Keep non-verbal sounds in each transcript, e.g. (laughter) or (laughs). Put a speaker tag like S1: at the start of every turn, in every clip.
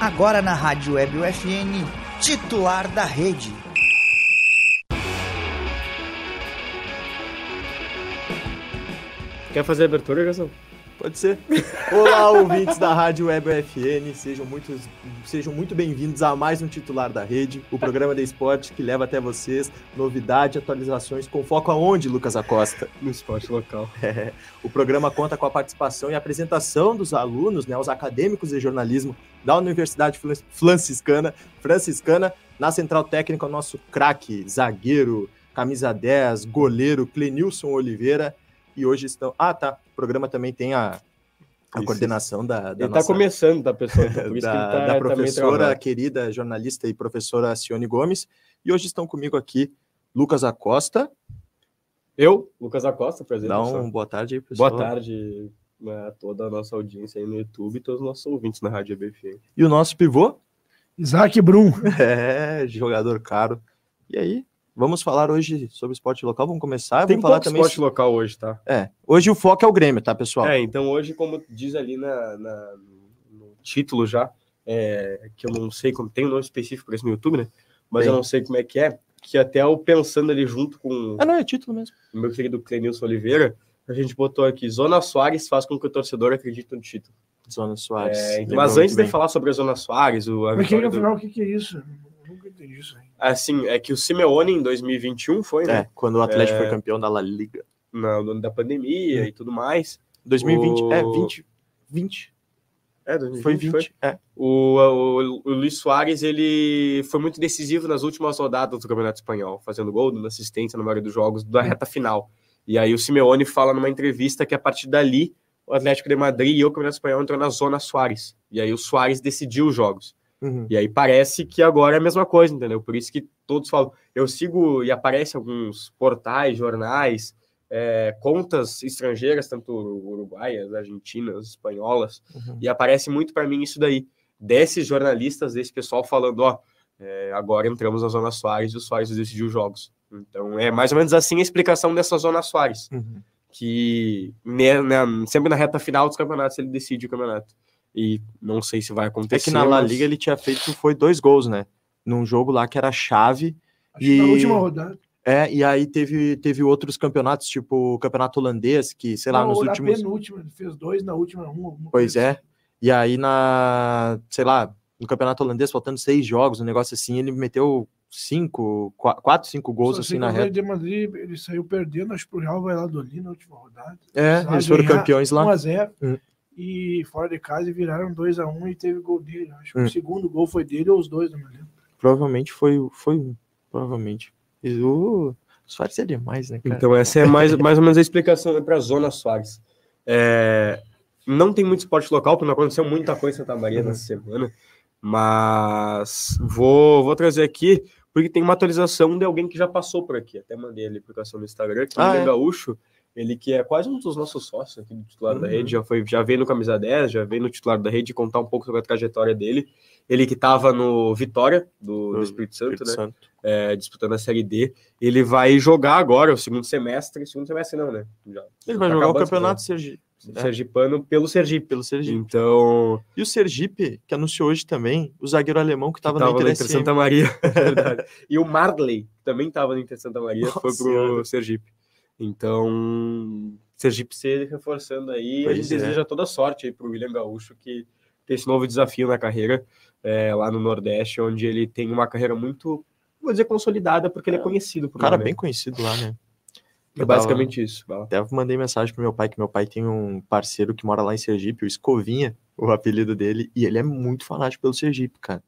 S1: agora na Rádio Web UFN, titular da rede.
S2: Quer fazer a abertura, Garçom?
S3: Pode ser. Olá, ouvintes da Rádio Web UFN, sejam, muitos, sejam muito bem-vindos a mais um Titular da Rede, o programa de esporte que leva até vocês novidade, atualizações com foco aonde, Lucas Acosta?
S2: (laughs) No esporte local.
S3: (laughs) É, o programa conta com a participação e apresentação dos alunos, né, os acadêmicos de jornalismo da Universidade Flan- Franciscana, Franciscana, na Central Técnica, o nosso craque, zagueiro, camisa 10, goleiro, Clenilson Oliveira, e hoje estão... Ah, tá, o programa também tem a... A
S2: Isso.
S3: coordenação da, da
S2: Ele tá
S3: nossa-
S2: começando, tá, pessoal? Então,
S3: (laughs)
S2: por isso que ele
S3: da,
S2: tá,
S3: da
S2: tá meio
S3: professora,
S2: travado.
S3: querida jornalista e professora Cione Gomes. E hoje estão comigo aqui Lucas Acosta.
S2: Eu, Lucas Acosta, prazer,
S3: Dá
S2: pessoal.
S3: um boa tarde aí, pessoal.
S2: Boa tarde né, a toda a nossa audiência aí no YouTube e todos os nossos ouvintes na Rádio EBFM.
S3: E o nosso pivô?
S4: Isaac Brum.
S3: (laughs) É, jogador caro. E aí, vamos falar hoje sobre esporte local. Vamos
S2: Tem
S3: começar. Ah, vamos falar
S2: pouco
S3: também.
S2: esporte local hoje, tá?
S3: É, hoje o foco é o Grêmio, tá, pessoal?
S2: É, então hoje, como diz ali na, na- no título já, é, que eu não sei como tem um nome específico para isso no YouTube, né? Mas
S3: Tem.
S2: eu não sei como é que é, que até eu pensando ali junto com
S3: Ah, não, é título mesmo.
S2: o meu querido Clenilson Oliveira, a gente botou aqui, Zona Soares faz com que o torcedor acredite no título.
S3: Zona Soares.
S2: É,
S3: Lembrou
S2: mas
S3: muito
S2: antes de
S3: bem.
S2: falar sobre a Zona Soares, o, a
S4: Mas que,
S2: vitória do-
S4: afinal, o que, que é isso? Eu nunca entendi isso. aí.
S2: assim, é que o Simeone em 2021 foi,
S3: É,
S2: né?
S3: quando o Atlético foi campeão da La Liga.
S2: Na, no ano da pandemia
S3: É.
S2: e tudo mais.
S3: 2020, é,
S2: O-
S3: 20. 20.
S2: É,
S3: Foi 20. É.
S2: O, o, o Luiz Soares, ele foi muito decisivo nas últimas rodadas do Campeonato Espanhol, fazendo gol, dando assistência na maioria dos jogos, da reta final. E aí o Simeone fala numa entrevista que a partir dali, o Atlético de Madrid e o Campeonato Espanhol entrou na Zona Soares. E aí o Soares decidiu os jogos.
S3: Uhum.
S2: E aí parece que agora é a mesma coisa, entendeu? Por isso que todos falam. Eu sigo e aparece alguns portais, jornais, é, contas estrangeiras, tanto uruguaias, argentinas, espanholas,
S3: Uhum.
S2: e aparece muito para mim isso daí, desses jornalistas, desse pessoal falando, ó, é, agora entramos na Zona Soares e o Soares decidiu os jogos. Então é mais ou menos assim a explicação dessa Zona Soares,
S3: Uhum.
S2: que né, né, sempre na reta final dos campeonatos ele decide o campeonato. E não sei se vai
S3: É
S2: acontecer.
S3: que na La
S2: mas-
S3: Liga ele tinha feito foi dois gols, né? Num jogo lá que era chave.
S4: Acho que na
S3: E-
S4: última rodada.
S3: É, e aí teve, teve outros campeonatos, tipo o campeonato holandês, que, sei lá,
S4: Não,
S3: nos
S4: na
S3: últimos.
S4: penúltima, ele fez dois, na última um. alguma
S3: Pois
S4: coisa
S3: é. E aí na, sei lá, no campeonato holandês, faltando seis jogos, um negócio assim, ele meteu cinco, qua- quatro, cinco
S4: Só
S3: gols
S4: sei
S3: assim
S4: que
S3: na
S4: o Real
S3: reta.
S4: de Madrid, ele saiu perdendo, acho que pro Real Valladolid na última rodada.
S3: É,
S4: precisava
S3: eles foram
S4: ganhar
S3: campeões lá.
S4: 1x0.
S3: Hum.
S4: E fora de casa viraram 2x1 e teve gol dele. né? Acho que
S3: Hum.
S4: o segundo gol foi dele ou os dois, não me lembro.
S3: Provavelmente foi, o- foi um. Provavelmente. E o Soares é demais, né, cara?
S2: Então, essa é mais, mais ou menos a explicação para a Zona Soares. É, não tem muito esporte local, porque não aconteceu muita coisa em Santa Maria nessa
S3: Uhum.
S2: semana, mas vou, vou trazer aqui, porque tem uma atualização de alguém que já passou por aqui. Até mandei ali a publicação no Instagram, que é o
S3: Ah,
S2: William
S3: é?
S2: Gaúcho, ele que é quase um dos nossos sócios aqui do titular da
S3: Uhum.
S2: rede, já, foi, já veio no Camisa 10, já veio no titular da rede contar um pouco sobre a trajetória dele. Ele que estava no Vitória, do, do
S3: Do
S2: Espírito Santo,
S3: Espírito
S2: né?
S3: Santo.
S2: é, disputando a Série D. Ele vai jogar agora, o segundo semestre. Segundo semestre não, né? Já,
S3: Ele
S2: já
S3: vai
S2: tá
S3: jogar o
S2: acabando,
S3: campeonato Sergi-
S2: né? Sergipano pelo Sergipe.
S3: pelo É? Sergipe.
S2: Então,
S3: E o Sergipe, que anunciou hoje também, o zagueiro alemão que estava
S2: tava
S3: no
S2: no
S3: Inter Um
S2: Inter
S3: SM.
S2: Santa Maria. (laughs) é verdade. E o Marley, que também estava no Inter Santa Maria,
S3: Nossa
S2: foi pro
S3: Senhora.
S2: Sergipe. Então, Sergipe se reforçando aí. a
S3: Pois
S2: gente
S3: é.
S2: deseja toda sorte aí pro William Gaúcho, que tem esse novo desafio na carreira é, lá no Nordeste, onde ele tem uma carreira muito, vou dizer, consolidada, porque ele é conhecido.
S3: Um
S2: Por
S3: cara
S2: lá, né?
S3: bem conhecido lá, né?
S2: É basicamente isso. vai lá.
S3: Até mandei mensagem pro meu pai, que meu pai tem um parceiro que mora lá em Sergipe, o Escovinha, o apelido dele, e ele é muito fanático pelo Sergipe, cara.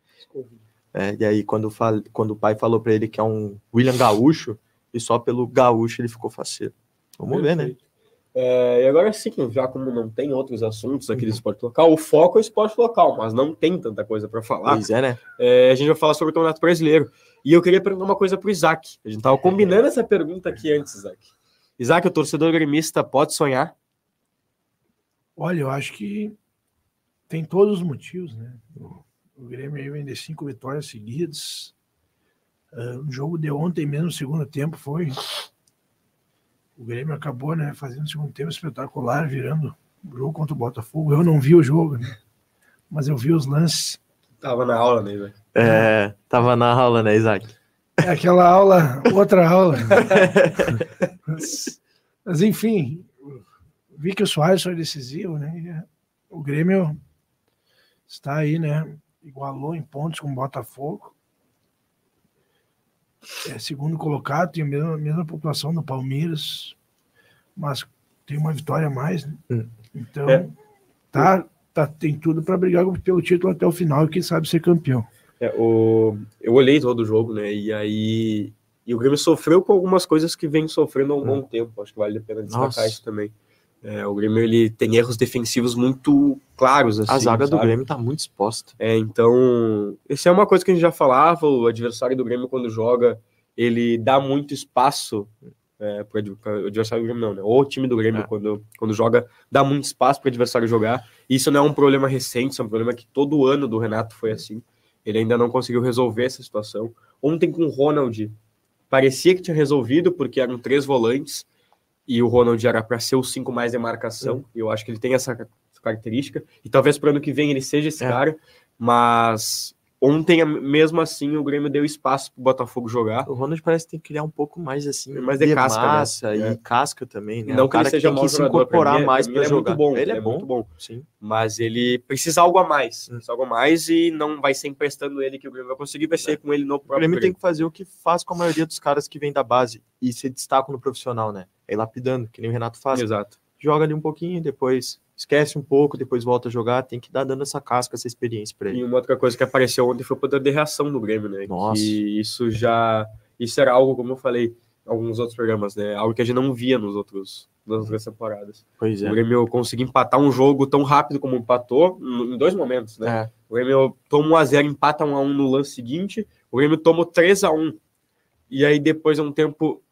S3: É, e aí, quando, fal- quando o pai falou pra ele que é um William Gaúcho, e só pelo Gaúcho ele ficou faceiro. Vamos ver, né?
S2: Perfeito. É, e agora sim, já como não tem outros assuntos aqui
S3: Uhum.
S2: do esporte local, o foco é o esporte local, mas não tem tanta coisa para falar.
S3: Pois é, né?
S2: É, a gente vai falar sobre o Campeonato Brasileiro. E eu queria perguntar uma coisa pro Isaac. A gente tava combinando essa pergunta aqui antes, Isaac. Isaac, o torcedor gremista pode sonhar?
S4: Olha, eu acho que tem todos os motivos, né? O, o Grêmio aí vem de cinco vitórias seguidas. Ah, o jogo de ontem mesmo, o segundo tempo, foi. O Grêmio acabou, né? Fazendo o segundo tempo espetacular, virando o jogo contra o Botafogo. Eu não vi o jogo, né? Mas eu vi os lances.
S2: Tava na aula, né, velho?
S3: É, tava na aula, né, Isaac?
S4: É aquela aula, outra aula. mas, mas, enfim, vi que o Soares foi decisivo, né? O Grêmio está aí, né? Igualou em pontos com o Botafogo. É segundo colocado, tem a mesma, a mesma pontuação do Palmeiras, mas tem uma vitória a mais, né?
S3: Hum.
S4: Então,
S2: É.
S4: tá, tá, tem tudo para brigar pelo título até o final e quem sabe ser campeão.
S2: É, o... Eu olhei todo o jogo, né? E aí. E o Grêmio sofreu com algumas coisas que vem sofrendo há um bom tempo. Acho que vale a pena destacar
S3: Hum. Nossa.
S2: isso também. É, o Grêmio ele tem erros defensivos muito claros. Assim,
S3: A zaga do
S2: sabe?
S3: Grêmio tá muito exposta.
S2: É, então, isso é uma coisa que a gente já falava, o adversário do Grêmio quando joga, ele dá muito espaço é, para o adversário do Grêmio não, né? Ou o time do Grêmio
S3: É.
S2: quando, quando joga, dá muito espaço para o adversário jogar. Isso não é um problema recente, isso é um problema que todo ano do Renato foi assim. Ele ainda não conseguiu resolver essa situação. Ontem com o Ronald, parecia que tinha resolvido, porque eram três volantes, e o Ronald era para ser o cinco mais demarcação.
S3: Hum.
S2: E eu acho que ele tem essa ca- característica. E talvez para ano que vem ele seja esse
S3: É.
S2: cara. Mas ontem, mesmo assim, o Grêmio deu espaço para o Botafogo jogar.
S3: O Ronald parece que tem que criar um pouco mais assim,
S2: Mais de casca, né?
S3: massa e
S2: É.
S3: casca também, né?
S2: Não
S3: Um
S2: que ele seja
S3: tem
S2: mau
S3: se
S2: jogador, pra
S3: incorporar
S2: mim é-
S3: mais
S2: pra mim
S3: pra
S2: ele é muito
S3: jogar.
S2: bom,
S3: ele é,
S2: ele é
S3: bom,
S2: muito bom.
S3: sim.
S2: Mas ele precisa algo a mais.
S3: Hum.
S2: Precisa algo a mais e não vai ser emprestando ele que o Grêmio vai conseguir, vai ser com ele no
S3: O
S2: próprio
S3: Grêmio
S2: É. Grêmio.
S3: tem que fazer o que faz com a maioria dos caras que vem da base e se destacam no profissional, né? É ir lapidando, que nem o Renato faz.
S2: Exato.
S3: Joga ali um pouquinho, depois esquece um pouco, depois volta a jogar. Tem que dar dando essa casca, essa experiência pra ele.
S2: E uma outra coisa que apareceu ontem foi o poder de reação do Grêmio, né?
S3: Nossa.
S2: Que isso já. Isso era algo, como eu falei, em alguns outros programas, né? Algo que a gente não via nos outros, nas outras temporadas.
S3: Pois é.
S2: O Grêmio conseguiu empatar um jogo tão rápido como empatou, em dois momentos, né?
S3: É,
S2: O Grêmio toma 1x0, empata 1x1 no lance seguinte. O Grêmio toma 3x1. E aí depois é um tempo.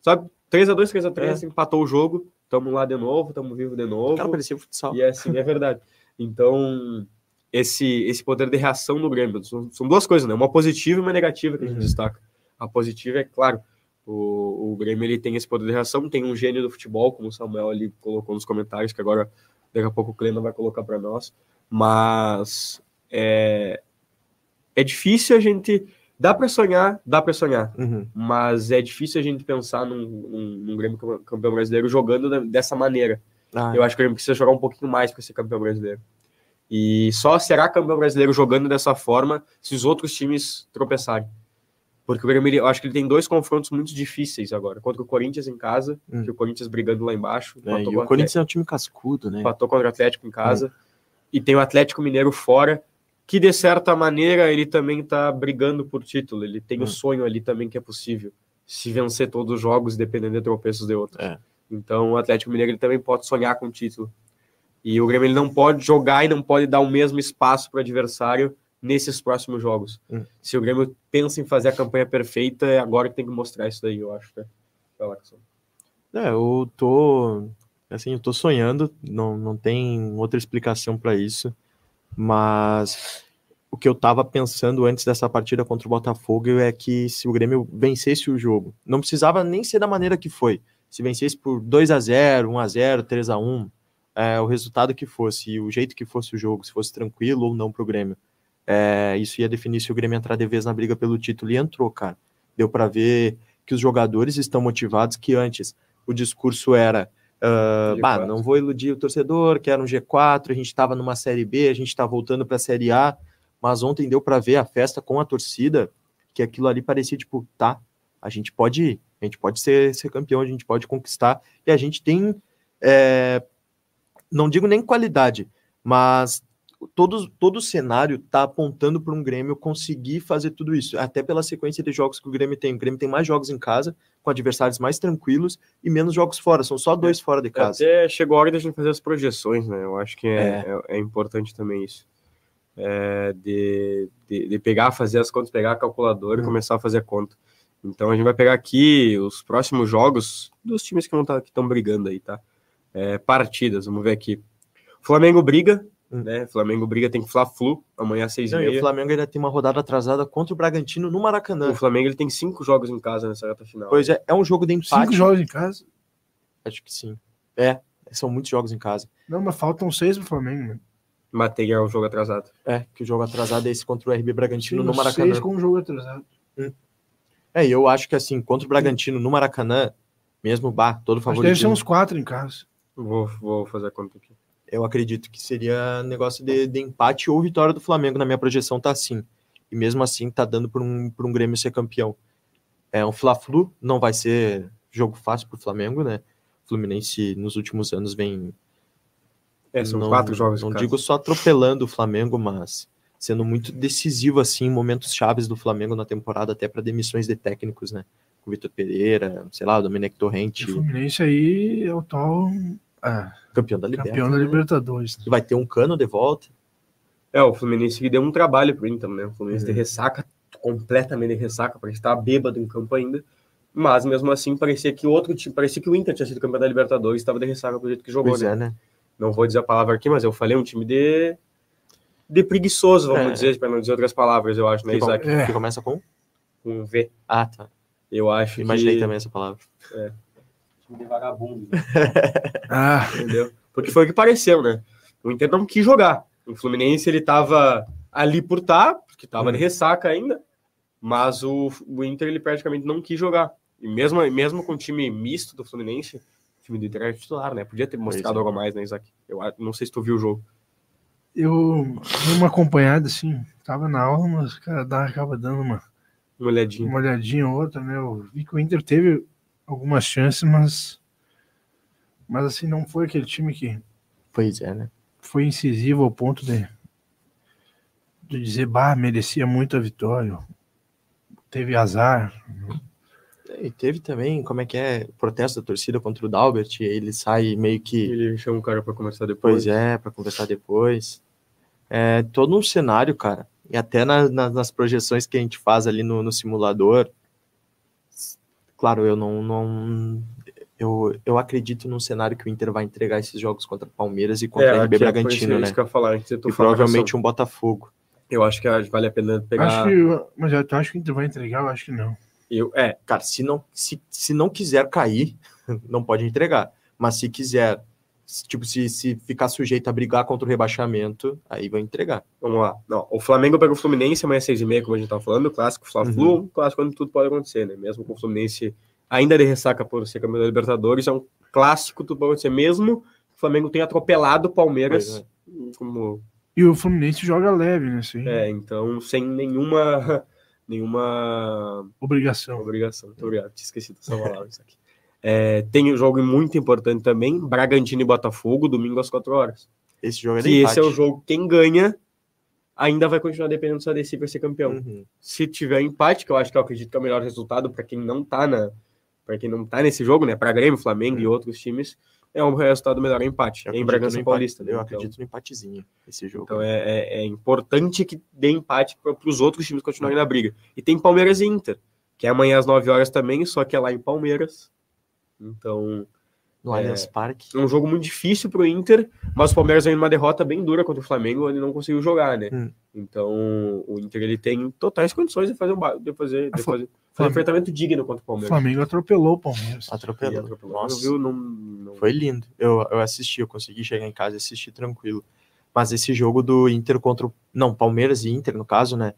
S2: Sabe? 3x2, 3x3, empatou o jogo. Tamo lá de novo, tamo vivo de novo.
S3: cara parecia futsal.
S2: E é assim, é verdade. Então, esse, esse poder de reação do Grêmio, são, são duas coisas, né? Uma positiva e uma negativa que a gente
S3: Uhum.
S2: destaca. A positiva é, claro, o, o Grêmio ele tem esse poder de reação, tem um gênio do futebol, como o Samuel ali colocou nos comentários, que agora daqui a pouco o Clena vai colocar para nós. Mas é, é difícil a gente. Dá para sonhar, dá para sonhar
S3: Uhum.
S2: mas é difícil a gente pensar num, num, num Grêmio cam- campeão brasileiro jogando da- dessa maneira.
S3: Ah,
S2: Eu acho que o Grêmio precisa jogar um pouquinho mais para ser campeão brasileiro. E só será campeão brasileiro jogando dessa forma se os outros times tropeçarem. Porque o Grêmio, ele- eu acho que ele tem dois confrontos muito difíceis agora. Contra o Corinthians em casa,
S3: Hum.
S2: que o Corinthians brigando lá embaixo.
S3: né,
S2: empatou
S3: e
S2: com
S3: o
S2: Atlético
S3: Corinthians é um time cascudo, né?
S2: empatou contra o Atlético em casa. E tem o Atlético Mineiro fora, que de certa maneira ele também tá brigando por título. Ele tem
S3: Hum.
S2: o sonho ali também que é possível. Se vencer todos os jogos, dependendo de tropeços de outros.
S3: É.
S2: Então o Atlético Mineiro ele também pode sonhar com o título. E o Grêmio ele não pode jogar e não pode dar o mesmo espaço para o adversário nesses próximos jogos.
S3: Hum.
S2: Se o Grêmio pensa em fazer a campanha perfeita, é agora que tem que mostrar isso daí, eu acho. Né? Vai lá, Cassandra.
S3: É, eu tô. Assim, eu tô sonhando, não, não tem outra explicação para isso, mas o que eu tava pensando antes dessa partida contra o Botafogo é que se o Grêmio vencesse o jogo, não precisava nem ser da maneira que foi. Se vencesse por 2 a 0 1 a 0 3 a 1 é, o resultado que fosse, e o jeito que fosse o jogo, se fosse tranquilo ou não pro Grêmio, é, isso ia definir se o Grêmio ia entrar de vez na briga pelo título. E entrou, cara. Deu para ver que os jogadores estão motivados que antes o discurso era ah,
S2: G4.
S3: bah, não vou iludir o torcedor, que era um G4, a gente estava numa Série B, a gente está voltando para a Série A, mas ontem deu para ver a festa com a torcida, que aquilo ali parecia tipo, tá, a gente pode ir, a gente pode ser, ser campeão, a gente pode conquistar, e a gente tem, é, não digo nem qualidade, mas todo, todo o cenário está apontando para um Grêmio conseguir fazer tudo isso, até pela sequência de jogos que o Grêmio tem. O Grêmio tem mais jogos em casa, com adversários mais tranquilos e menos jogos fora, são só dois fora de casa.
S2: Até chegou a hora da gente fazer as projeções, né? Eu acho que é, é- é importante também isso. É, de, de, de pegar, fazer as contas, pegar a calculadora e
S3: Hum.
S2: começar a fazer a conta. Então a gente vai pegar aqui os próximos jogos dos times que estão brigando aí, tá? É, partidas, vamos ver aqui. Flamengo briga,
S3: Hum.
S2: né? Flamengo briga, tem Fla-Flu, amanhã às seis e
S3: Não, e o
S2: meia.
S3: Flamengo ainda tem uma rodada atrasada contra o Bragantino no Maracanã.
S2: O Flamengo ele tem cinco jogos em casa nessa reta final.
S3: Pois é, é um jogo de
S4: Cinco
S3: empate.
S4: jogos em casa.
S3: Acho que sim. É, são muitos jogos em casa.
S4: Não, mas faltam seis pro Flamengo. né?
S2: Matei que é o jogo atrasado.
S3: É, que o jogo atrasado é esse contra o RB Bragantino no
S4: Temos
S3: Maracanã.
S4: seis com o jogo atrasado.
S3: É, e eu acho que assim, contra o Bragantino no Maracanã, mesmo bah, todo
S4: Acho que deve ser um
S3: favoritismo,
S4: uns quatro em casa.
S2: Vou, vou fazer a conta aqui.
S3: eu acredito que seria negócio de, de empate ou vitória do Flamengo, na minha projeção tá assim. E mesmo assim tá dando para um, pra um Grêmio ser campeão. É um Fla-Flu, não vai ser jogo fácil pro Flamengo, né? O Fluminense nos últimos anos vem
S2: É, são
S3: não,
S2: quatro jogos.
S3: Não
S2: em casa.
S3: digo só atropelando o Flamengo, mas sendo muito decisivo assim em momentos chaves do Flamengo na temporada, até para demissões de técnicos, né? O Vitor Pereira, sei lá, o Domenech
S4: O
S3: Torrente,
S4: Fluminense aí é o tal ah,
S3: campeão da Libertadores.
S4: campeão da Libertadores. né?
S3: Vai ter um cano de volta.
S2: É, o Fluminense que deu um trabalho pro Inter, né? O Fluminense
S3: Uhum.
S2: de ressaca, completamente de ressaca, porque estava bêbado em campo ainda. Mas mesmo assim, parecia que outro time, parecia que o Inter tinha sido campeão da Libertadores, estava de ressaca do jeito que jogou,
S3: Pois
S2: né?
S3: é, né?
S2: Não vou dizer a palavra aqui, mas eu falei um time de de preguiçoso, vamos
S3: É.
S2: dizer, para não dizer outras palavras, eu acho, né,
S3: Que, com-
S2: Isaac?
S4: É.
S3: que começa com?
S2: Com um V.
S3: Ah, tá.
S2: Eu acho
S3: Imaginei
S2: que...
S3: também essa palavra.
S2: Time de vagabundo, né?
S4: Ah,
S2: entendeu? Porque foi o que pareceu, né? O Inter não quis jogar. O Fluminense ele tava ali por tá, porque tava
S3: Uhum.
S2: de ressaca ainda, mas o, o Inter ele praticamente não quis jogar. E mesmo, mesmo com o time misto do Fluminense, o time do Inter era titular, né? Podia ter mostrado
S3: é.
S2: algo a mais, né, Isaac? Eu a- não sei se tu viu o jogo.
S4: eu dei uma acompanhada assim, tava na aula, mas cara, dá- acaba dando uma,
S2: Uma olhadinha.
S4: uma olhadinha ou outra, né? Eu vi que o Inter teve algumas chances, mas mas assim não foi aquele time que
S3: Pois é, né?
S4: foi incisivo ao ponto de de dizer, bah, merecia muito a vitória. Teve azar.
S3: E teve também, como é que é, protesto da torcida contra o Dalbert, e aí ele sai meio que
S2: Ele chama o cara pra conversar depois.
S3: Uhum. Pois é, para conversar depois. É todo um cenário, cara. E até na- na- nas projeções que a gente faz ali no, no simulador. s- Claro, eu não. não eu, eu acredito num cenário que o Inter vai entregar esses jogos contra o Palmeiras e contra o
S2: aqui
S3: RB
S2: é,
S3: Bragantino,
S2: foi
S3: né?
S2: Isso que eu ia falar antes de tu
S3: E
S2: falar,
S3: provavelmente um Botafogo.
S2: Garçom. Eu acho que ah, vale a pena
S4: Acho
S2: pegar.
S4: que, mas eu acho que o Inter vai entregar, eu acho que não.
S2: Eu, é,
S3: Cara, se não, se, se não quiser cair, (laughs) não pode entregar. Mas se quiser, se- tipo, se, se ficar sujeito a brigar contra o rebaixamento, aí vai entregar.
S2: Vamos lá. Não, o Flamengo pega o Fluminense amanhã às seis e meia, como a gente tava falando, o clássico Fla-Flu, um clássico onde tudo pode acontecer, né? Mesmo com o Fluminense ainda de ressaca por ser campeão da Libertadores, é um clássico, tudo pode acontecer. Mesmo que o Flamengo tenha atropelado o Palmeiras, como,
S4: E o Fluminense joga leve, né? Sem
S2: é, então, sem nenhuma, (laughs) nenhuma
S4: obrigação.
S2: obrigação. Muito obrigado, tinha esquecido essa palavra, isso aqui. É, tem um jogo muito importante também, Bragantino e Botafogo, domingo às quatro horas.
S3: Esse jogo é de
S2: Que esse é o
S3: empate.
S2: jogo, quem ganha ainda vai continuar dependendo só desse para ser campeão.
S3: Uhum.
S2: se tiver empate, que eu acho que eu acredito que é o melhor resultado para quem não tá na para quem não tá nesse jogo, né, para Grêmio, Flamengo e outros times, é um resultado melhor é empate.
S3: Eu
S2: em
S3: acredito no
S2: Bragança
S3: empate.
S2: Paulista, né?
S3: Eu
S2: Então-
S3: acredito no empatezinho esse jogo.
S2: Então é, é- é importante que dê empate para os outros times continuarem na briga. E tem Palmeiras e Inter, que é amanhã às 9 horas também, só que é lá em Palmeiras. Então,
S3: no
S2: é-
S3: Allianz Parque.
S2: é um jogo muito difícil pro Inter, mas o Palmeiras vem numa derrota bem dura contra o Flamengo, ele não conseguiu jogar, né?
S3: Hum.
S2: Então, o Inter ele tem totais condições de fazer um ba- de fazer, de
S4: Fla-
S2: fazer, fazer um
S4: Flamengo-
S2: enfrentamento digno contra o
S4: O
S2: Palmeiras.
S4: Flamengo atropelou o Palmeiras.
S2: E
S3: Atropelou.
S2: atropelou.
S3: Nossa,
S2: Não viu, não- não-
S3: foi lindo. Eu, eu assisti, eu consegui chegar em casa e assistir tranquilo. Mas esse jogo do Inter contra. o- Não, Palmeiras e Inter, no caso, né?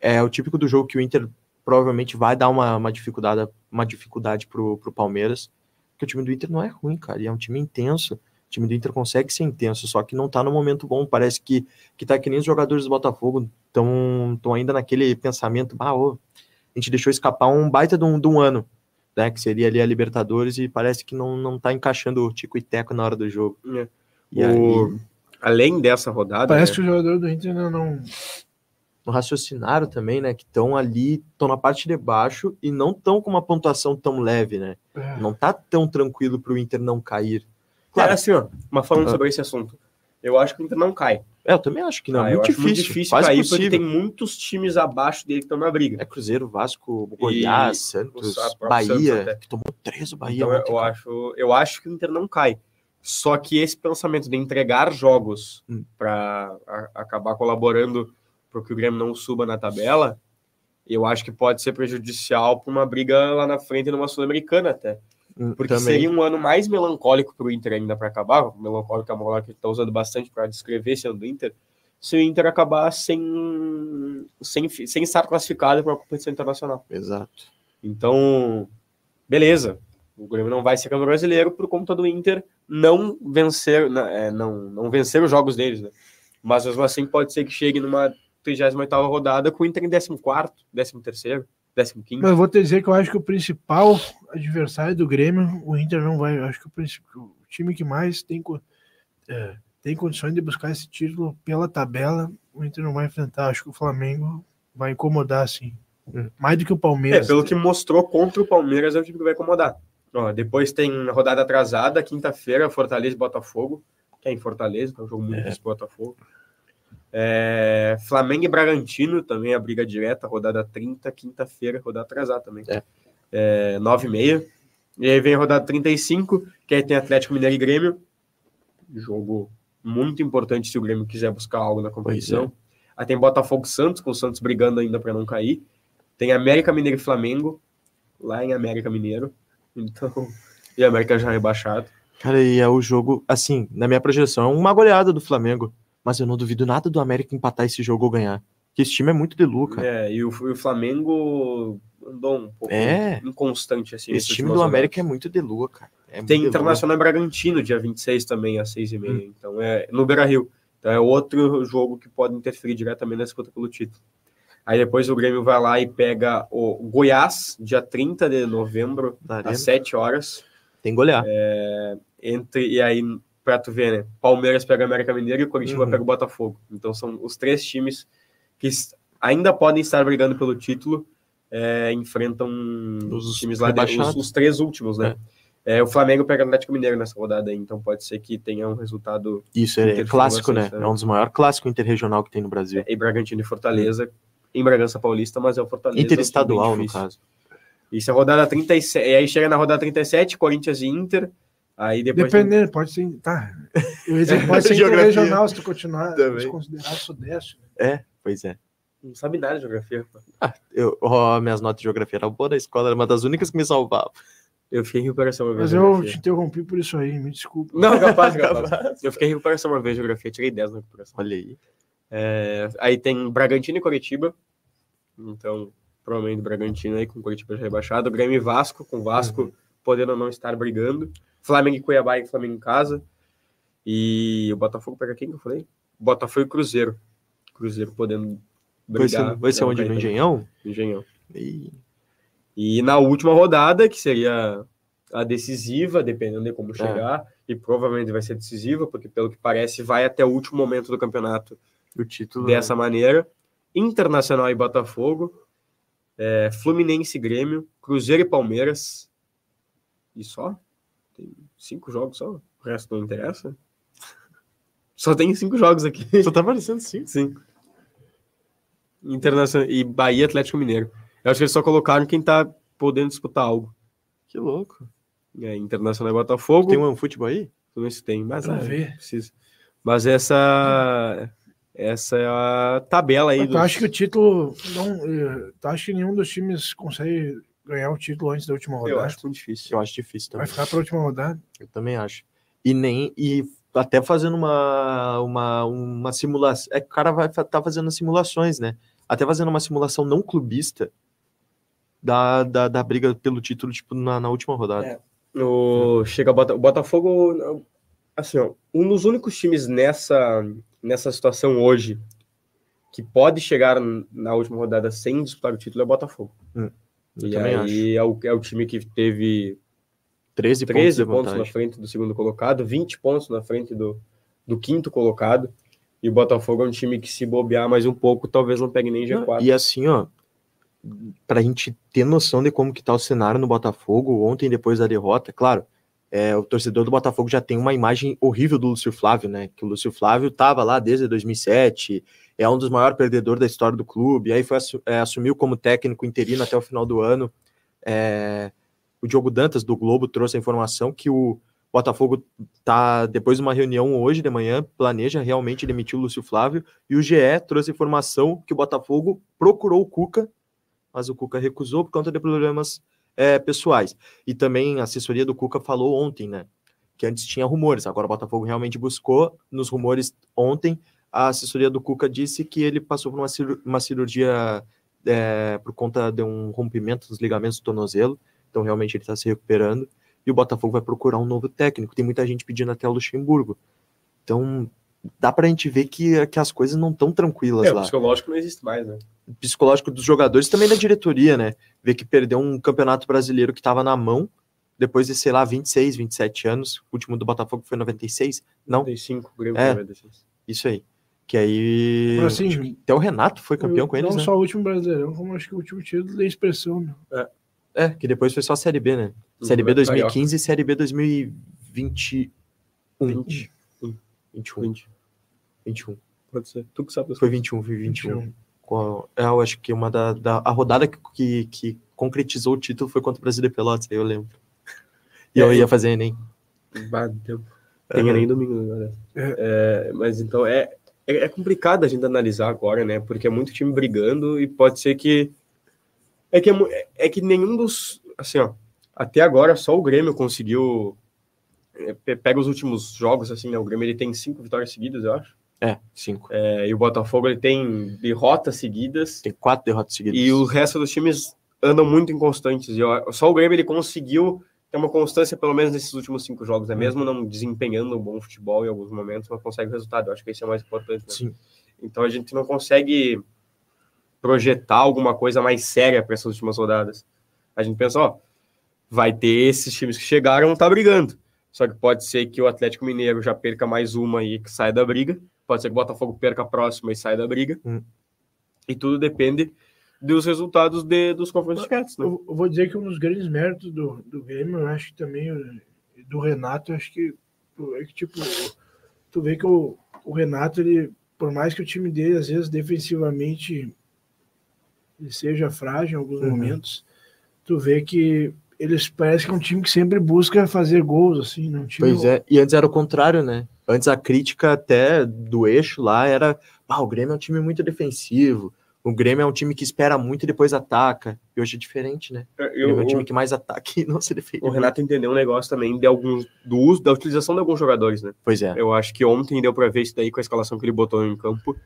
S3: É o típico do jogo que o Inter provavelmente vai dar uma, uma dificuldade, uma dificuldade pro, pro Palmeiras. Porque o time do Inter não é ruim, cara. E é um time intenso. O time do Inter consegue ser intenso, só que não tá no momento bom. Parece que, que tá que nem os jogadores do Botafogo estão tão ainda naquele pensamento, bah, ô, a gente deixou escapar um baita de um, de um ano, né? Que seria ali a Libertadores e parece que não, não tá encaixando o Tico e Teco na hora do jogo.
S2: É.
S3: E
S2: O-
S3: aí,
S2: Além dessa rodada,
S4: Parece
S2: né,
S4: que o jogador do Inter ainda não.
S3: no raciocinário também, né? Que estão ali, estão na parte de baixo e não estão com uma pontuação tão leve, né?
S4: é,
S3: Não tá tão tranquilo pro Inter não cair.
S2: claro.
S3: Claro,
S2: assim, ó, mas falando
S3: Ah.
S2: sobre esse assunto, eu acho que o Inter não cai.
S3: é, eu também acho que não.
S2: Ah,
S3: é
S2: eu
S3: muito
S2: acho
S3: difícil.
S2: muito difícil
S3: quase
S2: cair
S3: impossível.
S2: porque tem muitos times abaixo dele que estão na briga.
S3: É Cruzeiro, Vasco, Goiás, Santos,
S2: o Sa- próprio
S3: Bahia,
S2: Santos até.
S3: que tomou três o Bahia.
S2: Então eu,
S3: ontem,
S2: eu
S3: cara.
S2: acho, eu acho que o Inter não cai. Só que esse pensamento de entregar jogos
S3: Hum.
S2: para acabar colaborando para que o Grêmio não suba na tabela, eu acho que pode ser prejudicial para uma briga lá na frente numa Sul-Americana até. Porque
S3: Hum, também.
S2: seria um ano mais melancólico para o Inter ainda para acabar. Melancólico é uma palavra que ele está usando bastante para descrever esse ano do Inter. Se o Inter acabar sem, sem, fi- sem estar classificado para uma competição internacional.
S3: Exato.
S2: Então, beleza. O Grêmio não vai ser campeão brasileiro por conta do Inter não vencer, na- é, não, não vencer os jogos deles, né? Mas mesmo assim pode ser que chegue numa 38 rodada com o Inter em 14, 13, 15.
S4: Mas eu vou te dizer que eu acho que o principal adversário do Grêmio, o Inter não vai. Eu acho que o, princip- o time que mais tem, co- é, tem condições de buscar esse título pela tabela, o Inter não vai enfrentar. Acho que o Flamengo vai incomodar, sim.
S3: Hum.
S4: Mais do que o
S2: É,
S4: Palmeiras.
S2: pelo que mostrou contra o Palmeiras, é o time que vai incomodar. Ó, depois tem rodada atrasada, quinta-feira, Fortaleza e Botafogo, que é em Fortaleza, que é um jogo muito difícil pro Botafogo. É, Flamengo e Bragantino também a briga direta, rodada 30, quinta-feira, rodada atrasada também.
S3: É.
S2: É, 9 e meia. E aí vem a rodada 35, que aí tem Atlético Mineiro e Grêmio. Jogo muito importante se o Grêmio quiser buscar algo na
S3: é.
S2: competição. Aí tem Botafogo e Santos, com o Santos brigando ainda para não cair. Tem América Mineiro e Flamengo, lá em América Mineiro. Então, (laughs) e a América já é
S3: (laughs)
S2: rebaixado.
S3: Cara, e é o jogo, assim, na minha projeção, é uma goleada do Flamengo. Mas eu não duvido nada do América empatar esse jogo ou ganhar. Que esse time é muito de Luca.
S2: É, e o, e o Flamengo andou um pouco
S3: É.
S2: inconstante assim.
S3: esse
S2: nessas
S3: time
S2: últimas
S3: do América é
S2: rodadas.
S3: muito de Luca, cara. É muito Hum.
S2: Tem
S3: de lua.
S2: Internacional e Bragantino, dia 26 também, às 6h30. Então, é no Beira Rio. Então, é outro jogo que pode interferir diretamente na disputa pelo título. Aí depois o Grêmio vai lá e pega o Goiás, dia 30 de novembro,
S3: Da Arena.
S2: às 7 horas.
S3: Tem golear.
S2: É, entre e aí pra tu ver, né? Palmeiras pega América Mineiro e Coritiba
S3: Uhum.
S2: pega o Botafogo. Então são os três times que s- ainda podem estar brigando pelo título, é, enfrentam os
S3: Os
S2: times lá de, os,
S3: rebaixados.
S2: os três últimos, né? É, o Flamengo pega o Atlético Mineiro nessa rodada aí, então pode ser que tenha um resultado
S3: Isso, é
S2: Inter
S3: clássico,
S2: ficou
S3: né?
S2: bastante,
S3: É um dos maiores clássicos interregional que tem no Brasil.
S2: em Bragantino e Fortaleza, em Bragança Paulista, mas é o Fortaleza. é um time bem
S3: Interestadual, no
S2: difícil.
S3: caso.
S2: Isso é rodada 37, e aí chega na rodada 37, Corinthians e Inter, aí depois... tem-
S4: Dependendo, pode ser. Tá. Eu ia dizer,
S3: (laughs)
S4: pode ser
S3: Geografia.
S4: interregional se tu continuar
S3: Também.
S4: se considerar Sudeste. né?
S3: Pois é.
S2: Não sabe nada de geografia, pô.
S3: Eu, ó, minhas notas de geografia eram boas da escola, era uma das únicas que me salvava.
S2: Eu fiquei em recuperação. uma
S4: Mas
S2: vez de
S4: eu
S3: É.
S2: geografia.
S4: te interrompi por isso aí, me desculpa.
S2: Não,
S3: (laughs)
S2: capaz, capaz. Eu fiquei em recuperação uma vez de geografia, tirei 10 na recuperação.
S3: Olha aí.
S2: É, aí tem Bragantino e Coritiba. Então, provavelmente Bragantino aí com Coritiba já rebaixado. Grêmio e Vasco, com Vasco podendo não estar brigando. Flamengo e Cuiabá e Flamengo em casa. E o Botafogo pega quem que eu falei? Botafogo e Cruzeiro. Cruzeiro podendo
S3: Vai
S2: brigar.
S3: ser, vai ser
S2: Não,
S3: onde?
S2: vai
S3: No
S2: ter-
S3: Engenhão?
S2: no Engenhão.
S3: Ih,
S2: E na última rodada, que seria a decisiva, dependendo de como chegar, e provavelmente vai ser decisiva, porque pelo que parece vai até o último momento do campeonato
S3: o título.
S2: dessa maneira. Internacional e Botafogo, é, Fluminense e Grêmio, Cruzeiro e Palmeiras. E só? Tem cinco jogos só? O resto não interessa? (laughs) Só tem cinco jogos aqui. (laughs)
S3: Só tá parecendo sim.
S2: Sim. Internacional e Bahia e Atlético Mineiro. Eu acho que eles só colocaram quem tá podendo disputar algo.
S3: Que louco.
S2: É, Internacional e Botafogo.
S3: Tem
S2: Tem um...
S3: um futebol aí?
S2: Não sei se tem, mas
S4: Pra
S2: ah,
S3: é
S4: ver.
S2: precisa. Mas essa essa é a tabela aí
S4: Mas
S2: dos
S4: Tu acha que o título. Não, eh, tu acha que nenhum dos times consegue ganhar o título antes da última
S2: Eu
S4: rodada?
S2: acho muito difícil.
S3: Eu acho difícil
S4: Vai
S3: também.
S4: ficar para a última rodada?
S3: Eu também acho. E nem. E até fazendo uma, uma, uma simulação. É que o cara vai fa- tá fazendo simulações, né? Até fazendo uma simulação não clubista da, da, da briga pelo título, tipo, na, na última rodada.
S2: É. O chega Bota- o Botafogo assim, ó, um dos únicos times nessa nessa situação hoje que pode chegar na última rodada sem disputar o título é o Botafogo.
S3: Eu
S2: e
S3: também acho.
S2: aí é o, é o time que teve
S3: 13,
S2: 13
S3: pontos
S2: pontos,
S3: de
S2: na
S3: vantagem.
S2: frente do segundo colocado, 20 pontos na frente do, do quinto colocado. E o Botafogo é um time que, se bobear mais um pouco, talvez não pegue nem
S3: Não,
S2: G4.
S3: E assim, ó, pra gente ter noção de como que tá o cenário no Botafogo ontem, depois da derrota, claro, é, o torcedor do Botafogo já tem uma imagem horrível do Lúcio Flávio, né? Que o Lúcio Flávio tava lá desde 2007, é um dos maiores perdedores da história do clube, aí foi assu- é, assumiu como técnico interino até o final do ano. É, o Diogo Dantas, do Globo, trouxe a informação que o Botafogo tá, depois de uma reunião hoje de manhã, planeja realmente demitir o Lúcio Flávio, e o GE trouxe informação que o Botafogo procurou o Cuca, mas o Cuca recusou por conta de problemas é, pessoais. E também a assessoria do Cuca falou ontem, né? Que antes tinha rumores, agora o Botafogo realmente buscou. Nos rumores ontem, a assessoria do Cuca disse que ele passou por uma, cir- uma cirurgia é, por conta de um rompimento dos ligamentos do tornozelo, então realmente ele está se recuperando. E o Botafogo vai procurar um novo técnico. Tem muita gente pedindo até o Luxemburgo. Então dá pra gente ver que, que as coisas não estão tranquilas
S2: É, o
S3: lá
S2: psicológico não existe mais, né?
S3: psicológico dos jogadores também da diretoria, né? Ver que perdeu um campeonato brasileiro que estava na mão depois de, sei lá, 26, 27 anos. O último do Botafogo foi 96. Não,
S2: 35 Grêmio
S3: É.
S2: Palmeiras, assim.
S3: isso aí. Que aí.
S4: Mas, assim,
S3: Até o Renato foi campeão
S4: eu-
S3: com eles,
S4: Não
S3: né?
S4: só o último brasileirão, como acho que o último título da expressão. Né?
S3: É, que depois foi só a Série B, né? Série B
S2: Uhum,
S3: 2015 e um. Série B 2021.
S2: 20.
S3: 21.
S2: 20.
S3: 21.
S2: Pode ser. Tu que sabe das
S3: Foi 21, foi 21.
S4: 21.
S3: Qual- é, eu acho que uma da, da a rodada que, que, que concretizou o título foi contra o Brasil de Pelotas, aí eu lembro. (laughs) E eu
S2: É,
S3: ia fazer Enem.
S2: coisas. Bah, deu. Tem nem domingo, né? galera? É, mas então é, é, é complicado a gente analisar agora, né? Porque é muito time brigando e pode ser que. É que, é, mu- é- é que nenhum dos. Assim, ó. Até agora só o Grêmio conseguiu. é, pe- Pega os últimos jogos, assim, né? O Grêmio ele tem cinco vitórias seguidas, eu acho.
S3: É, cinco.
S2: É, e o Botafogo ele tem derrotas seguidas.
S3: Tem quatro derrotas seguidas.
S2: E o resto dos times andam muito inconstantes. E eu- só o Grêmio ele conseguiu ter uma constância, pelo menos nesses últimos cinco jogos,
S3: Hum.
S2: né? Mesmo não desempenhando um bom futebol em alguns momentos, mas consegue o resultado. Eu acho que isso é mais importante. né?
S3: Sim.
S2: Então a gente não consegue projetar alguma coisa mais séria para essas últimas rodadas. A gente pensa, ó, vai ter esses times que chegaram, tá brigando. Só que pode ser que o Atlético Mineiro já perca mais uma e que saia da briga. Pode ser que o Botafogo perca a próxima e saia da briga.
S3: Hum.
S2: E tudo depende dos resultados de, dos confrontos diretos, né?
S4: Eu, eu vou dizer que um dos grandes méritos do, do Grêmio, eu acho que também o- do Renato, eu acho que pô, é que tipo, tu vê que o, o Renato, ele, por mais que o time dele, às vezes, defensivamente ele seja frágil em alguns
S3: Uhum.
S4: momentos, tu vê que eles parecem que é um time que sempre busca fazer gols, assim, não time.
S3: Pois é, e antes era o contrário, né? Antes a crítica até do eixo lá era: ah, o Grêmio é um time muito defensivo. O Grêmio é um time que espera muito e depois ataca. E hoje é diferente, né? O
S2: Eu-
S3: Grêmio é um time
S2: o,
S3: que mais ataca e não se defende.
S2: o Renato entendeu um negócio também de alguns, do uso, da utilização de alguns jogadores, né?
S3: Pois é.
S2: Eu acho que ontem deu para ver isso daí com a escalação que ele botou em campo.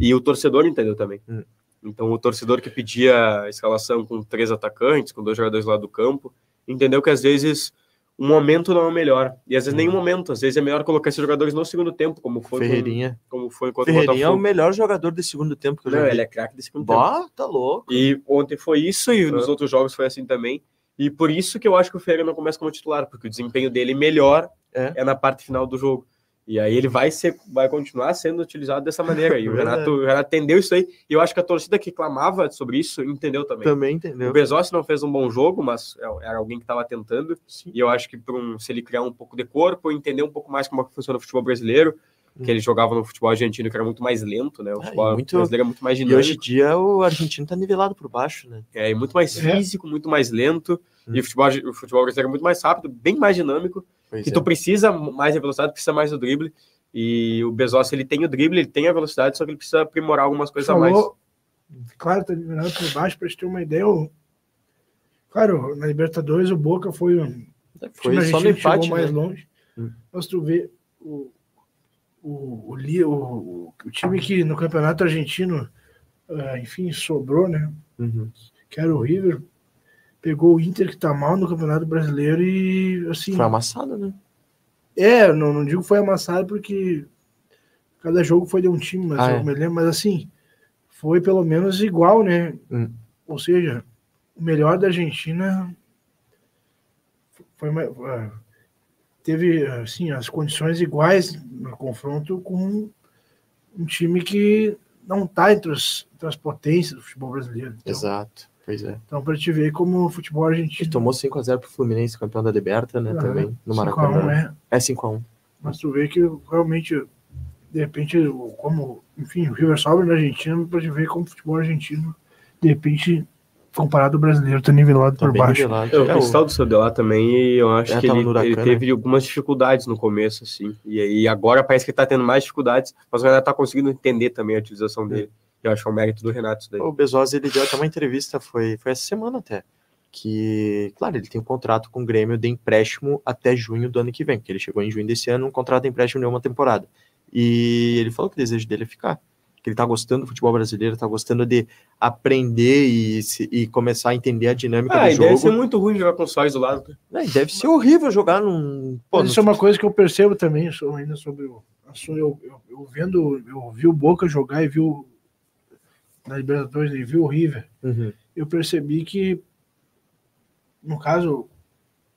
S2: E o torcedor entendeu também.
S3: Hum.
S2: Então, o torcedor que pedia a escalação com três atacantes, com dois jogadores lá do campo, entendeu que às vezes um momento não é o melhor. E às vezes
S3: Hum.
S2: nenhum momento. Às vezes é melhor colocar esses jogadores no segundo tempo, como foi, com,
S3: Ferreirinha.
S2: como foi contra o
S3: Ferreirinha é o
S2: Botafogo.
S3: melhor jogador do segundo tempo que eu já
S2: Não,
S3: vi.
S2: ele é craque desse segundo tempo.
S3: Bah, tá louco.
S2: E ontem foi isso, e nos
S3: Ah.
S2: outros jogos foi assim também. E por isso que eu acho que o Ferreira não começa como titular, porque o desempenho dele melhor
S3: É.
S2: é, na parte final do jogo. E aí ele vai ser, vai continuar sendo utilizado dessa maneira.
S3: (laughs)
S2: E o
S3: É Verdade.
S2: Renato, o Renato entendeu isso aí. E eu acho que a torcida que clamava sobre isso entendeu também.
S3: Também
S2: O
S3: entendeu?
S2: Bezos não fez um bom jogo, mas é- era alguém que estava tentando. E eu acho que pra um- se ele criar um pouco de corpo, entender um pouco mais como é que funciona o futebol brasileiro,
S3: Hum.
S2: que ele jogava no futebol argentino, que era muito mais lento, né? O
S3: Ah, e
S2: futebol
S3: muito-
S2: brasileiro é muito mais
S3: E
S2: dinâmico.
S3: hoje em dia o argentino tá nivelado por baixo, né?
S2: É, e muito mais
S4: É.
S2: físico, muito mais lento.
S3: Hum.
S2: E o futebol, o futebol brasileiro é muito mais rápido, bem mais dinâmico.
S3: Pois
S2: e
S3: é.
S2: tu precisa mais da velocidade, precisa mais do drible. E o Bezos, ele tem o drible, ele tem a velocidade, só que ele precisa aprimorar algumas coisas a mais.
S4: falou, claro, tá liberado por baixo, pra gente ter uma ideia, o... claro, na Libertadores o Boca foi um
S3: é. Foi
S4: time
S3: só no
S4: argentino que chegou
S3: empate,
S4: mais
S3: né?
S4: longe.
S3: Hum.
S4: Mas tu vê o, o, o, li- o, o time que no campeonato argentino, ah, enfim, sobrou, né?
S3: Uhum.
S4: Que era o River, pegou o Inter que tá mal no campeonato brasileiro e assim.
S3: Foi amassado, né?
S2: Então.
S4: É, não, não digo foi amassado porque cada jogo foi de um time, mas
S3: Ah,
S4: eu
S3: é.
S4: me lembro, mas assim, foi pelo menos igual, né?
S3: Hum.
S4: Ou seja, o melhor da Argentina foi mais- ah, teve assim as condições iguais no confronto com um time que não está entre, os- entre as potências do futebol brasileiro. Então,
S3: Exato. Pois é.
S4: então para te ver como o futebol
S3: E
S4: argentino
S3: tomou 5x0 pro Fluminense, campeão da Liberta, né?
S4: Aham.
S3: Também, no
S4: 5 Ah, a 1,
S3: Maracanã.
S4: né?
S3: É 5x1.
S4: Mas tu vê que realmente, de repente, o- como, enfim, o River sobe na Argentina, pode ver como o futebol argentino, de repente, comparado ao brasileiro, tá nivelado
S3: Tá
S4: por
S3: bem
S4: baixo.
S3: nivelado.
S2: Eu,
S3: É,
S2: o Cristaldo cedeu lá também e eu acho
S3: É,
S2: que
S3: tava
S2: ele,
S3: no Huracan,
S2: ele teve algumas dificuldades no começo, assim. E aí agora parece que ele tá tendo mais dificuldades, mas o Renato tá conseguindo entender também a
S3: Hum.
S2: utilização dele. Eu acho que é o mérito um do Renato isso daí.
S3: o, o Bezos, ele deu até uma entrevista, foi, foi essa semana até, que, claro, ele tem um contrato com o Grêmio de empréstimo até junho do ano que vem, porque ele chegou em junho desse ano, um contrato de empréstimo de uma temporada. E ele falou que o desejo dele é ficar, que ele tá gostando do futebol brasileiro, tá gostando de aprender e, se- e começar a entender a dinâmica
S2: Ah,
S3: do
S2: e deve
S3: jogo.
S2: ser muito ruim jogar com o Soares do lado. né?
S3: É, e deve ser horrível jogar num... pô,
S4: Mas
S3: no
S4: isso é uma coisa que eu percebo também, sou ainda sobre o. assunto. Eu, eu, eu vendo, eu vi o Boca jogar e vi o. Na Libertadores, né, e vi o River.
S3: Uhum.
S4: Eu percebi que, no caso,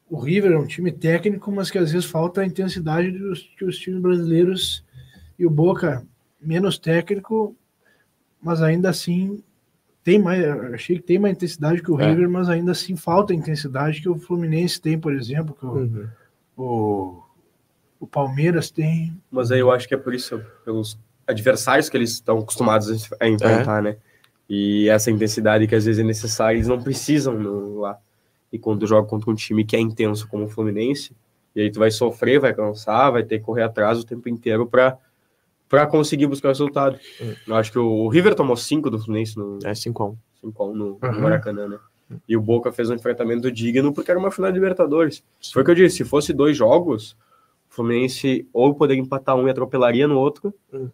S4: o River é um time técnico, mas que às vezes falta a intensidade dos, que os times brasileiros e o Boca, menos técnico, mas ainda assim tem mais. Achei que tem mais intensidade que o
S2: É.
S4: River, mas ainda assim falta a intensidade que o Fluminense tem, por exemplo, que o,
S3: Uhum.
S4: o, o Palmeiras tem.
S2: Mas aí eu acho que é por isso, pelos adversários que eles estão acostumados a enfrentar, né? E essa intensidade que às vezes é necessária, eles não precisam no- lá. E quando tu joga contra um time que é intenso como o Fluminense, e aí tu vai sofrer, vai cansar, vai ter que correr atrás o tempo inteiro pra, pra conseguir buscar o resultado. Eu acho que o, o River tomou 5 do Fluminense no
S3: É 5x1.
S2: 5x1 no, no
S4: Aham.
S2: Maracanã, né? E o Boca fez um enfrentamento digno porque era uma final de Libertadores. Foi o que eu disse, se fosse dois jogos, o Fluminense ou poderia empatar um e atropelaria no outro,
S3: Hum.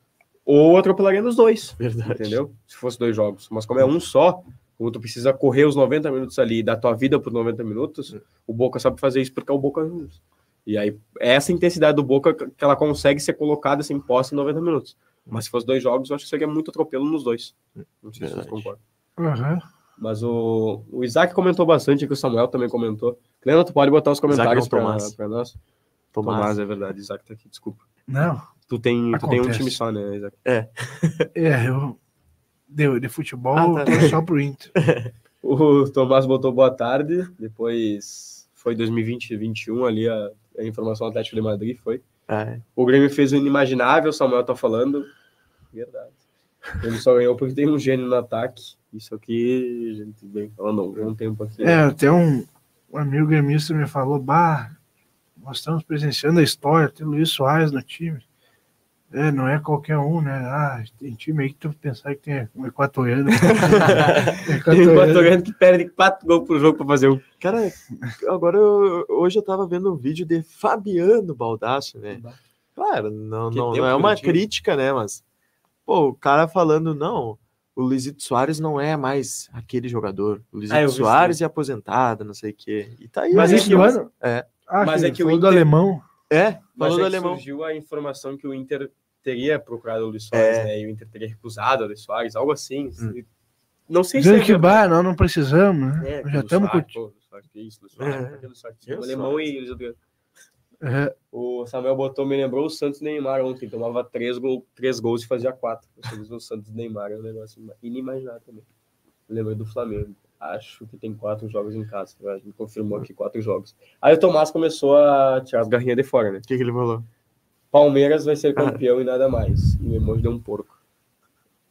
S2: ou atropelaria nos dois,
S3: Verdade.
S2: entendeu? Se fosse dois jogos. Mas como é um só, como tu precisa correr os 90 minutos ali e dar tua vida por 90 minutos, o Boca sabe fazer isso porque é o Boca Juniors. E aí, é essa intensidade do Boca que ela consegue ser colocada sem posse em 90 minutos. Mas se fosse dois jogos, eu acho que seria muito atropelo nos dois. Não sei se
S3: Verdade.
S2: vocês concordam. Mas o, o Isaac comentou bastante, que o Samuel também comentou. Leandro, tu pode botar os comentários
S3: Isaac não,
S2: pra,
S3: Tomás.
S2: pra nós?
S3: Tomás.
S2: Tomás, é verdade, Isaac tá aqui, desculpa.
S4: Não,
S2: Tu tem, tu tem um
S4: Acontece.
S2: time só, né, Isaac?
S4: é, eu. De, de futebol,
S3: Ah, tá.
S4: eu tô só pro Inter.
S2: O Tomás botou boa tarde, depois foi 2020 e 2021 ali a, a informação do Atlético de Madrid, foi.
S3: É.
S2: O Grêmio fez o inimaginável, o Samuel tá falando. Verdade. Ele só ganhou porque tem um gênio no ataque. Isso aqui, a gente vem falando há algum tempo aqui. (laughs)
S4: É, até um, um amigo gremista me falou, bah, nós estamos presenciando a história, tem Luiz Soares no time. É, não é qualquer um, né? Ah, tem time aí que tu pensar que tem um
S2: (laughs)
S4: equatoriano.
S2: Tem um
S4: equatoriano.
S2: equatoriano que perde quatro gols por jogo pra fazer um.
S3: Cara, agora eu- hoje eu tava vendo um vídeo de Fabiano Baldasso, né? Claro, não,
S2: Que
S3: não,
S2: tempo
S3: não é uma
S2: que eu tinha.
S3: crítica, né? Mas, pô, o cara falando, não, o Luizito Soares não é mais aquele jogador. O Luizito
S2: Ah, eu vi isso
S3: Soares é aposentado, não sei o quê. E tá aí.
S4: Mas
S3: né?
S2: é
S4: isso
S2: que
S4: do
S2: o-
S4: ano?
S3: é.
S4: Ah,
S2: Mas
S4: que
S2: é
S4: ele
S2: que o
S4: falou do
S2: Inter-
S4: alemão.
S3: É,
S2: Mas é
S3: falou do
S2: que
S3: alemão.
S2: surgiu a informação que o Inter teria procurado o Luiz Soares,
S3: É.
S2: né? E o Inter teria recusado o Luiz Soares, algo assim.
S3: Hum.
S2: Não sei
S4: Dizendo
S2: é
S4: que, bah,
S2: verdade.
S4: nós não precisamos, né?
S2: É, que
S4: Já
S2: Luiz
S4: estamos com.
S2: Soares, pô, Luiz Soares, que isso, Luiz Soares,
S3: É.
S2: pra que Luiz Soares?
S3: Que
S2: O
S3: Luiz
S2: alemão
S3: Soares.
S2: e Luiz Adriano.
S4: É,
S2: O Samuel botou, me lembrou o Santos Neymar ontem, tomava três, gol, três gols e fazia quatro. O Santos- O Santos Neymar é um negócio inimaginável também. Lembrei do Flamengo. Acho que tem quatro jogos em casa. né? Me confirmou aqui quatro jogos. Aí o Tomás começou a tirar as garrinhas de fora, né?
S3: O que, que ele falou?
S2: Palmeiras vai ser campeão e nada mais. E o emoji deu um porco.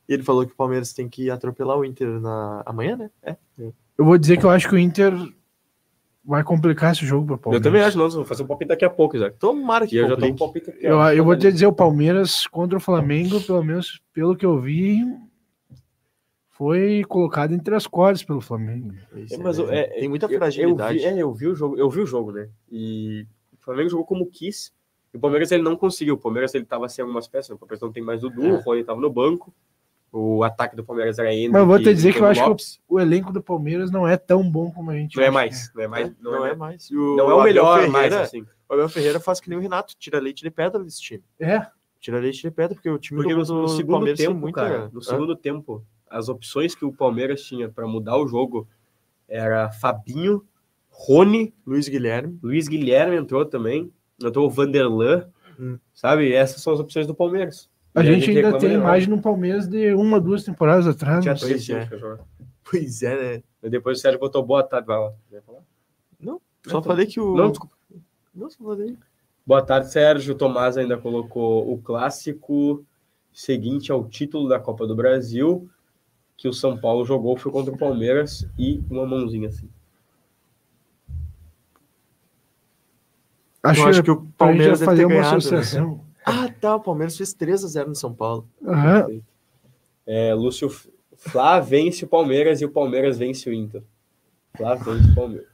S3: E ele falou que o Palmeiras tem que atropelar o Inter na... amanhã, né? É.
S4: Eu vou dizer que eu acho que o Inter vai complicar esse jogo pro
S2: Eu
S4: Palmeiras.
S2: também acho, não. Vou fazer um palpite daqui a pouco, Isaac.
S3: Tomara que
S2: E eu já tô um
S3: complique.
S2: palpite aqui.
S4: Eu,
S2: ó.
S3: É,
S4: eu vou te dizer o Palmeiras contra o Flamengo, pelo menos pelo que eu vi, foi colocado entre as cordas pelo Flamengo.
S3: Pois
S2: É,
S3: é,
S2: mas eu-
S3: né?
S2: é,
S3: tem muita
S2: eu- eu vi-
S3: fragilidade.
S2: é, eu vi o jogo, eu vi o jogo, né? E o Flamengo jogou como quis. E o Palmeiras ele não conseguiu. O Palmeiras ele tava sem algumas peças. né? O Palmeiras não tem mais Dudu,
S3: É.
S2: o Rony tava no banco. O ataque do Palmeiras era ainda.
S4: Mas eu vou te dizer que eu Tipo, acho que O elenco do Palmeiras não é tão bom como a gente
S2: não é
S4: acha
S2: mais, não é
S3: Mas
S2: mais,
S3: não, é mais. E
S2: Não é o
S3: Abel
S2: melhor mais
S3: Ferreira-
S2: assim.
S3: O Abel Ferreira faz que nem o Renato, tira leite de pedra desse time.
S4: que É, É,
S3: Tira leite de pedra, porque o time
S2: Porque
S3: do,
S2: no, no
S3: do
S2: segundo
S3: Palmeiras
S2: tempo,
S3: tem muita...
S2: cara, no
S3: Hã?
S2: segundo tempo, as opções que o Palmeiras tinha para mudar o jogo era Fabinho, Rony,
S3: Luiz Guilherme.
S2: Luiz Guilherme entrou também, entrou o Vanderlan,
S3: Hum.
S4: sabe?
S2: e essas são as opções do Palmeiras.
S4: A
S2: E
S4: gente ainda
S2: reclama
S4: tem
S2: melhor.
S4: imagem no Palmeiras de uma, duas temporadas atrás.
S2: Tinha
S4: mas-
S2: três
S3: Pois é.
S2: times pra jogar.
S3: (laughs) Pois é, né?
S2: E Depois o Sérgio botou boa tarde. Vai lá. Quer falar?
S3: Só
S2: Então,
S3: falei que o...
S2: Não, desculpa.
S3: Não, só falei.
S2: Boa tarde, Sérgio. O Tomás ainda colocou o clássico seguinte ao título da Copa do Brasil, que o São Paulo jogou, foi contra o Palmeiras e uma mãozinha assim.
S3: Eu acho que o
S4: pra gente
S3: Palmeiras deve
S4: fazer
S3: ter
S4: uma
S3: ganhado, né?
S4: associação.
S3: Ah, tá, o Palmeiras fez 3x0 no São Paulo.
S2: Ah.
S4: Aham.
S2: É, Lúcio Flá vence o Palmeiras e o Palmeiras vence o Inter. Flavense Palmeiras.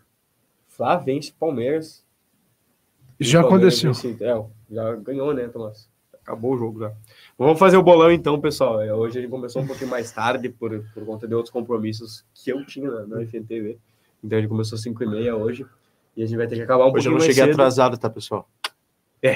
S2: Flavense Palmeiras.
S4: Já
S2: Palmeiras
S4: aconteceu.
S2: venceu. É, já ganhou, né, Tomás? Acabou o jogo já. Vamos fazer o bolão então, pessoal. É, Hoje a gente começou um pouquinho mais tarde por, por conta de outros compromissos que eu tinha na, na FNTV. Então a gente começou às 5h30 hoje. E a gente vai ter que acabar um
S3: Hoje
S2: pouquinho
S3: eu não
S2: mais
S3: cheguei
S2: cedo.
S3: atrasado, tá, pessoal?
S2: (laughs)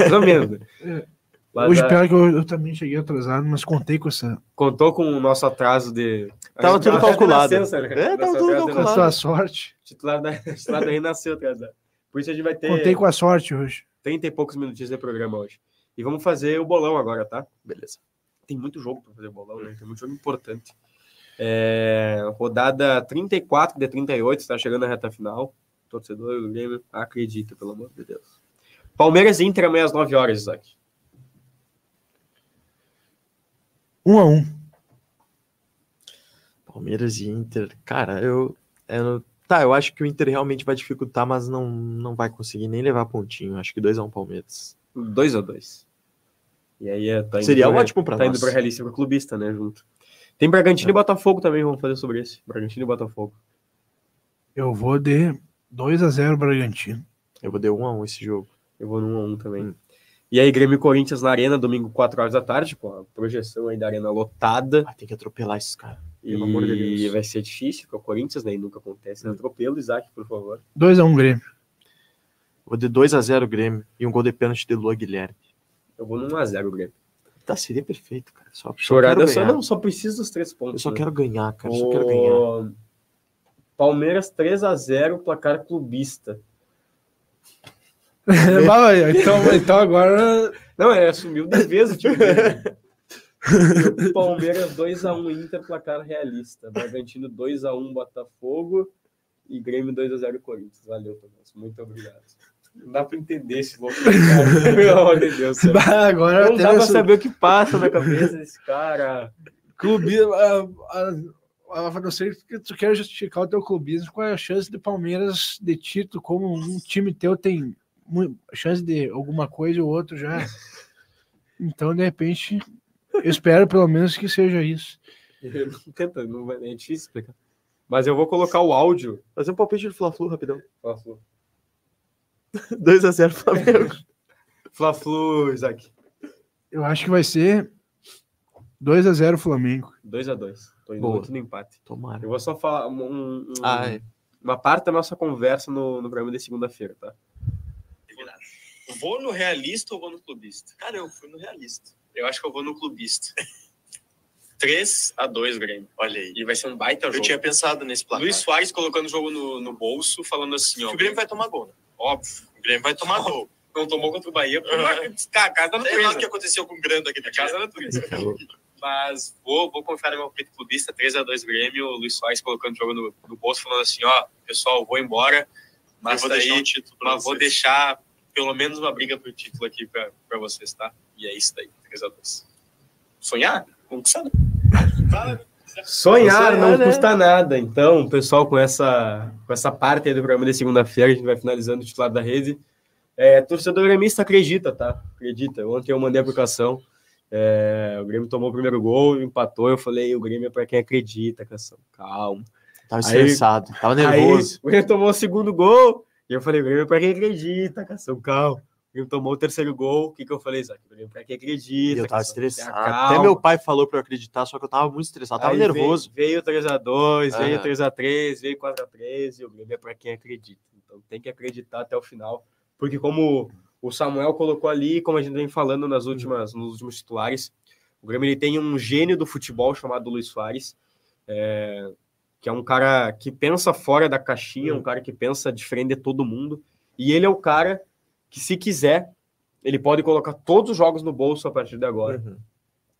S2: Mais ou menos. (laughs) Mas,
S4: Hoje,
S2: ah,
S4: pior que eu, eu também cheguei atrasado, mas contei com essa,
S2: Contou com o nosso atraso de.
S3: Tava
S2: Ah, atraso
S3: tudo
S2: de
S3: calculado.
S2: nascença, né?
S3: É, tava
S2: Nosso
S3: tudo
S2: atraso de
S4: com a
S3: calculado.
S4: sua
S3: Claro.
S4: sorte.
S2: nascença. Titular da, (laughs) titular da renasceu atrás da. Por isso a gente vai
S3: É.
S2: ter
S4: Contei com a sorte hoje.
S2: 30 e poucos minutinhos de programa hoje. E vamos fazer o bolão agora, tá?
S3: Beleza.
S2: Tem muito jogo para fazer bolão, né? Tem muito jogo importante. É, rodada 34 de 38, está tá chegando a reta final. Torcedor do Grêmio, acredita, pelo amor de Deus. Palmeiras e Inter amanhã às 9 horas, Isaac.
S4: Um a um.
S3: Palmeiras e Inter. Cara, eu, eu- Tá, eu acho que o Inter realmente vai dificultar, mas não, não vai conseguir nem levar pontinho. Acho que 2x1 Palmeiras.
S2: 2 a 2 E aí é, tá indo
S3: Seria
S2: pro-
S3: ótimo pra
S2: Tá
S3: nós. É.
S2: indo pra realista e pro clubista, né? Junto. Tem Bragantino e Botafogo também, vamos fazer sobre esse. Bragantino e Botafogo.
S4: Eu vou de 2 a 0 Bragantino.
S3: Eu vou dar 1x1 esse jogo.
S2: Eu vou num a um também.
S3: Hum.
S2: E aí, Grêmio e Corinthians na Arena, domingo, 4 horas da tarde, com a projeção aí da Arena lotada.
S3: Ah, tem que atropelar esses caras.
S2: E
S3: Pelo amor de Deus. Hum.
S2: vai ser difícil, porque o Corinthians né, e nunca acontece. Né? Atropelo, Isaac, por favor.
S4: 2 a 1 Grêmio.
S3: Vou de 2x0 Grêmio e um gol de pênalti de Lua Guilherme.
S2: Eu vou num a 0 Grêmio.
S3: Tá, seria perfeito, cara. Só, só
S2: Chorada,
S3: quero
S2: eu só,
S3: ganhar.
S2: não, só preciso dos três pontos.
S3: Eu só
S2: né?
S3: quero ganhar, cara. Eu só
S2: O-
S3: quero ganhar.
S2: Palmeiras 3 a 0 placar clubista. Né?
S4: Bah,
S2: (laughs)
S4: então, então agora.
S2: Não, é, assumiu de vez o time. dele. E o Palmeiras 2x1 Inter, placar realista. Bragantino 2x1 Botafogo e Grêmio 2x0 Corinthians. Valeu, Tomás. Muito obrigado. Não dá pra entender esse louco. cara. Pelo amor de Deus. cara.
S4: Bah, agora
S2: Não dá pra
S4: temos
S2: saber o que passa na cabeça desse cara.
S4: clubismo. A, a, a não ser que tu queira justificar o teu clubismo com a chance do Palmeiras de título, como um time teu tem mu- chance de alguma coisa ou outro já. Então, de repente, eu espero pelo menos que seja isso.
S2: Não Tenta, não vai, é difícil explicar. Mas eu vou colocar o áudio.
S3: Fazer um palpite do Fla-Flu rapidão. (laughs)
S2: Fla-Flu. (laughs)
S3: 2x0 Flamengo.
S2: Fla-Flu, Isaac.
S4: Eu acho que vai ser 2 a 0 Flamengo.
S2: 2x2. Tô indo
S3: Boa. Ah,
S2: muito no empate.
S3: Tomara.
S2: Eu vou só falar um- um- um-
S3: Ai,
S2: uma parte da nossa conversa no, no programa de segunda-feira, tá?
S5: É Vou no realista ou vou no clubista? Cara, eu fui no realista. Eu acho que eu vou no (laughs) clubista. 3 a 2 Grêmio. Olha aí. E vai ser um baita jogo. Eu tinha pensado nesse plano. Luiz Soares colocando o jogo no, no bolso, falando assim, ó. o Grêmio vai tomar gol, né? Óbvio. O Grêmio vai tomar gol. Não tomou contra o Bahia. porque Cara, casa da natureza. o que aconteceu com o Grêmio aqui na casa da natureza. (laughs)
S3: é
S5: Mas vou, vou confiar no meu peito clubista. 3 a 2 Grêmio. O Luiz Soares colocando o jogo no, no bolso, falando assim, ó. Pessoal, vou embora. Mas vou deixar o título Mas vou deixar pelo menos uma briga pro título aqui pra, pra vocês, tá? E é isso daí, 3x2. Sonhar? Conquistar, né?
S2: Sonhar
S3: Sonhar,
S2: não
S3: né?
S2: custa nada. Então, pessoal, com essa, com essa parte aí do programa de segunda-feira, a gente vai finalizando o titular da rede. É, torcedor gremista acredita, tá? Acredita. Ontem eu mandei a aplicação. é, o Grêmio tomou o primeiro gol, empatou. Eu falei, o Grêmio é pra quem acredita, Cação. Calma.
S3: tava
S2: Aí-
S3: estressado. Tava
S2: Aí,
S3: Tá nervoso.
S2: o Grêmio tomou o segundo gol. E eu falei, o Grêmio é pra quem acredita, Cação. Calma. O Grêmio tomou o terceiro gol. O que, que eu falei, Isaac? O Grêmio é pra quem
S3: E
S2: acredita.
S3: eu tava
S2: Cação. Tenha
S3: estressado. Até
S2: Ah, calma.
S3: meu pai falou pra eu acreditar, só que eu tava muito estressado. Tava
S2: Aí
S3: nervoso.
S2: Veio, veio 3x2, veio
S3: Ah.
S2: 3x3, veio 4x3, e o Grêmio é para quem acredita. Então tem que acreditar até o final, porque como o Samuel colocou ali, como a gente vem falando nas últimas, nos últimos titulares, o Grêmio ele tem um gênio do futebol chamado Luiz Soares, é, que é um cara que pensa fora da caixinha,
S3: Uhum.
S2: um cara que pensa diferente de todo mundo, e ele é o cara que, se quiser, ele pode colocar todos os jogos no bolso a partir de agora
S3: Uhum.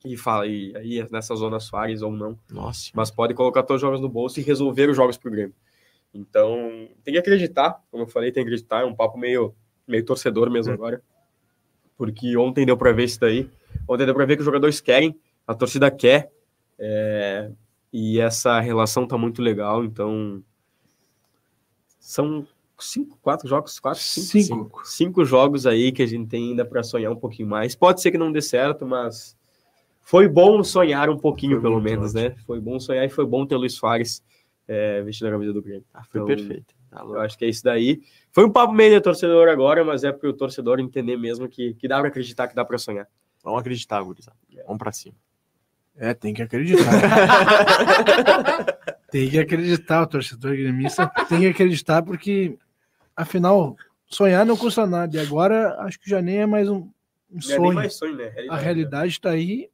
S2: e fala e aí nessa zona Soares ou não,
S3: Nossa.
S2: mas pode colocar todos os jogos no bolso e resolver os jogos pro Grêmio. Então, tem que acreditar, como eu falei, tem que acreditar, é um papo meio meio torcedor mesmo
S3: Hum.
S2: agora. Porque ontem deu para ver isso daí. Ontem deu para ver que os jogadores querem, a torcida quer. é, e essa relação tá muito legal, então são cinco, quatro jogos, quatro, cinco,
S4: Cinco.
S2: cinco jogos aí que a gente tem ainda para sonhar um pouquinho mais. Pode ser que não dê certo, mas foi bom sonhar um pouquinho,
S3: Foi
S2: pelo
S3: muito
S2: menos, né? Foi bom sonhar e foi bom ter o Luiz Soares é, vestindo a camisa do Grêmio.
S3: Ah, foi
S2: Então,
S3: perfeito. Tá louco.
S2: Eu acho que é isso daí. Foi um papo meio de torcedor agora, mas é pro torcedor entender mesmo que, que dá pra acreditar, que dá pra sonhar.
S3: Vamos acreditar, gurizada. Vamos pra cima.
S4: É, tem que
S2: (laughs)
S4: acreditar. tem que acreditar, o torcedor gremista tem que acreditar, porque, afinal, sonhar não custa nada. E agora, acho que já nem é mais um, um
S2: Não é nem
S4: sonho.
S2: mais sonho, né?
S4: A realidade está aí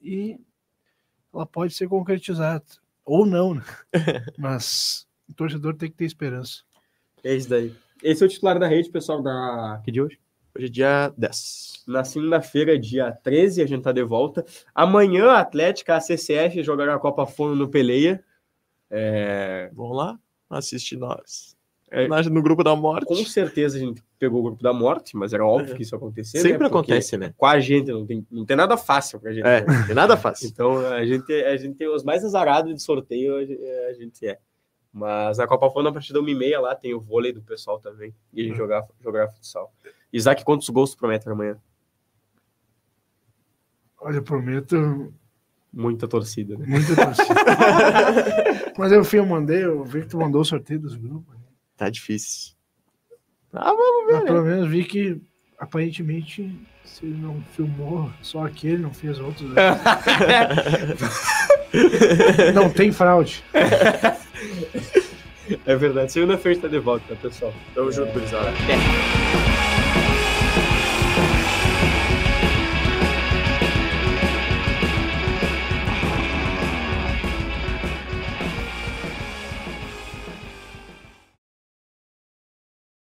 S4: e ela pode ser concretizada. Ou não,
S2: (laughs)
S4: né? Mas o torcedor tem que ter esperança.
S2: É isso daí. Esse é o titular da rede, pessoal, da
S3: Que dia é hoje? Hoje é dia 10.
S2: Na segunda-feira, dia 13, a gente tá de volta. Amanhã, a Atlética, a CCF, jogará a Copa Fono no Peleia. É,
S3: Vamos lá? Assiste nós.
S2: É.
S3: Nós No grupo da morte.
S2: Com certeza a gente pegou o grupo da morte, mas era óbvio
S4: É.
S2: que isso ia acontecer. né?
S3: Sempre
S2: Porque
S3: acontece, né?
S2: Com a gente, não tem, não tem nada fácil pra gente.
S3: É,
S2: né?
S3: tem nada fácil.
S2: Então, a gente, a gente tem os mais azarados de sorteio, a ge- a gente é. Mas na Copa Fono, a partir da 1h30 lá, tem o vôlei do pessoal também. E a gente jogar, jogar futsal. Isaac, quantos gols tu promete amanhã?
S4: Olha, eu prometo
S2: Muita torcida, né?
S4: muita
S2: (laughs)
S4: torcida. Mas eu fui, eu mandei, eu vi que tu mandou o sorteio dos grupos.
S3: Tá difícil. Ah, vamos.
S4: Mas pelo menos vi que aparentemente se ele não filmou só aquele, não fez outros. né? não tem fraude.
S2: É verdade. Segunda-feira está de volta, pessoal.
S3: Tamo junto, gurizada.
S2: Até.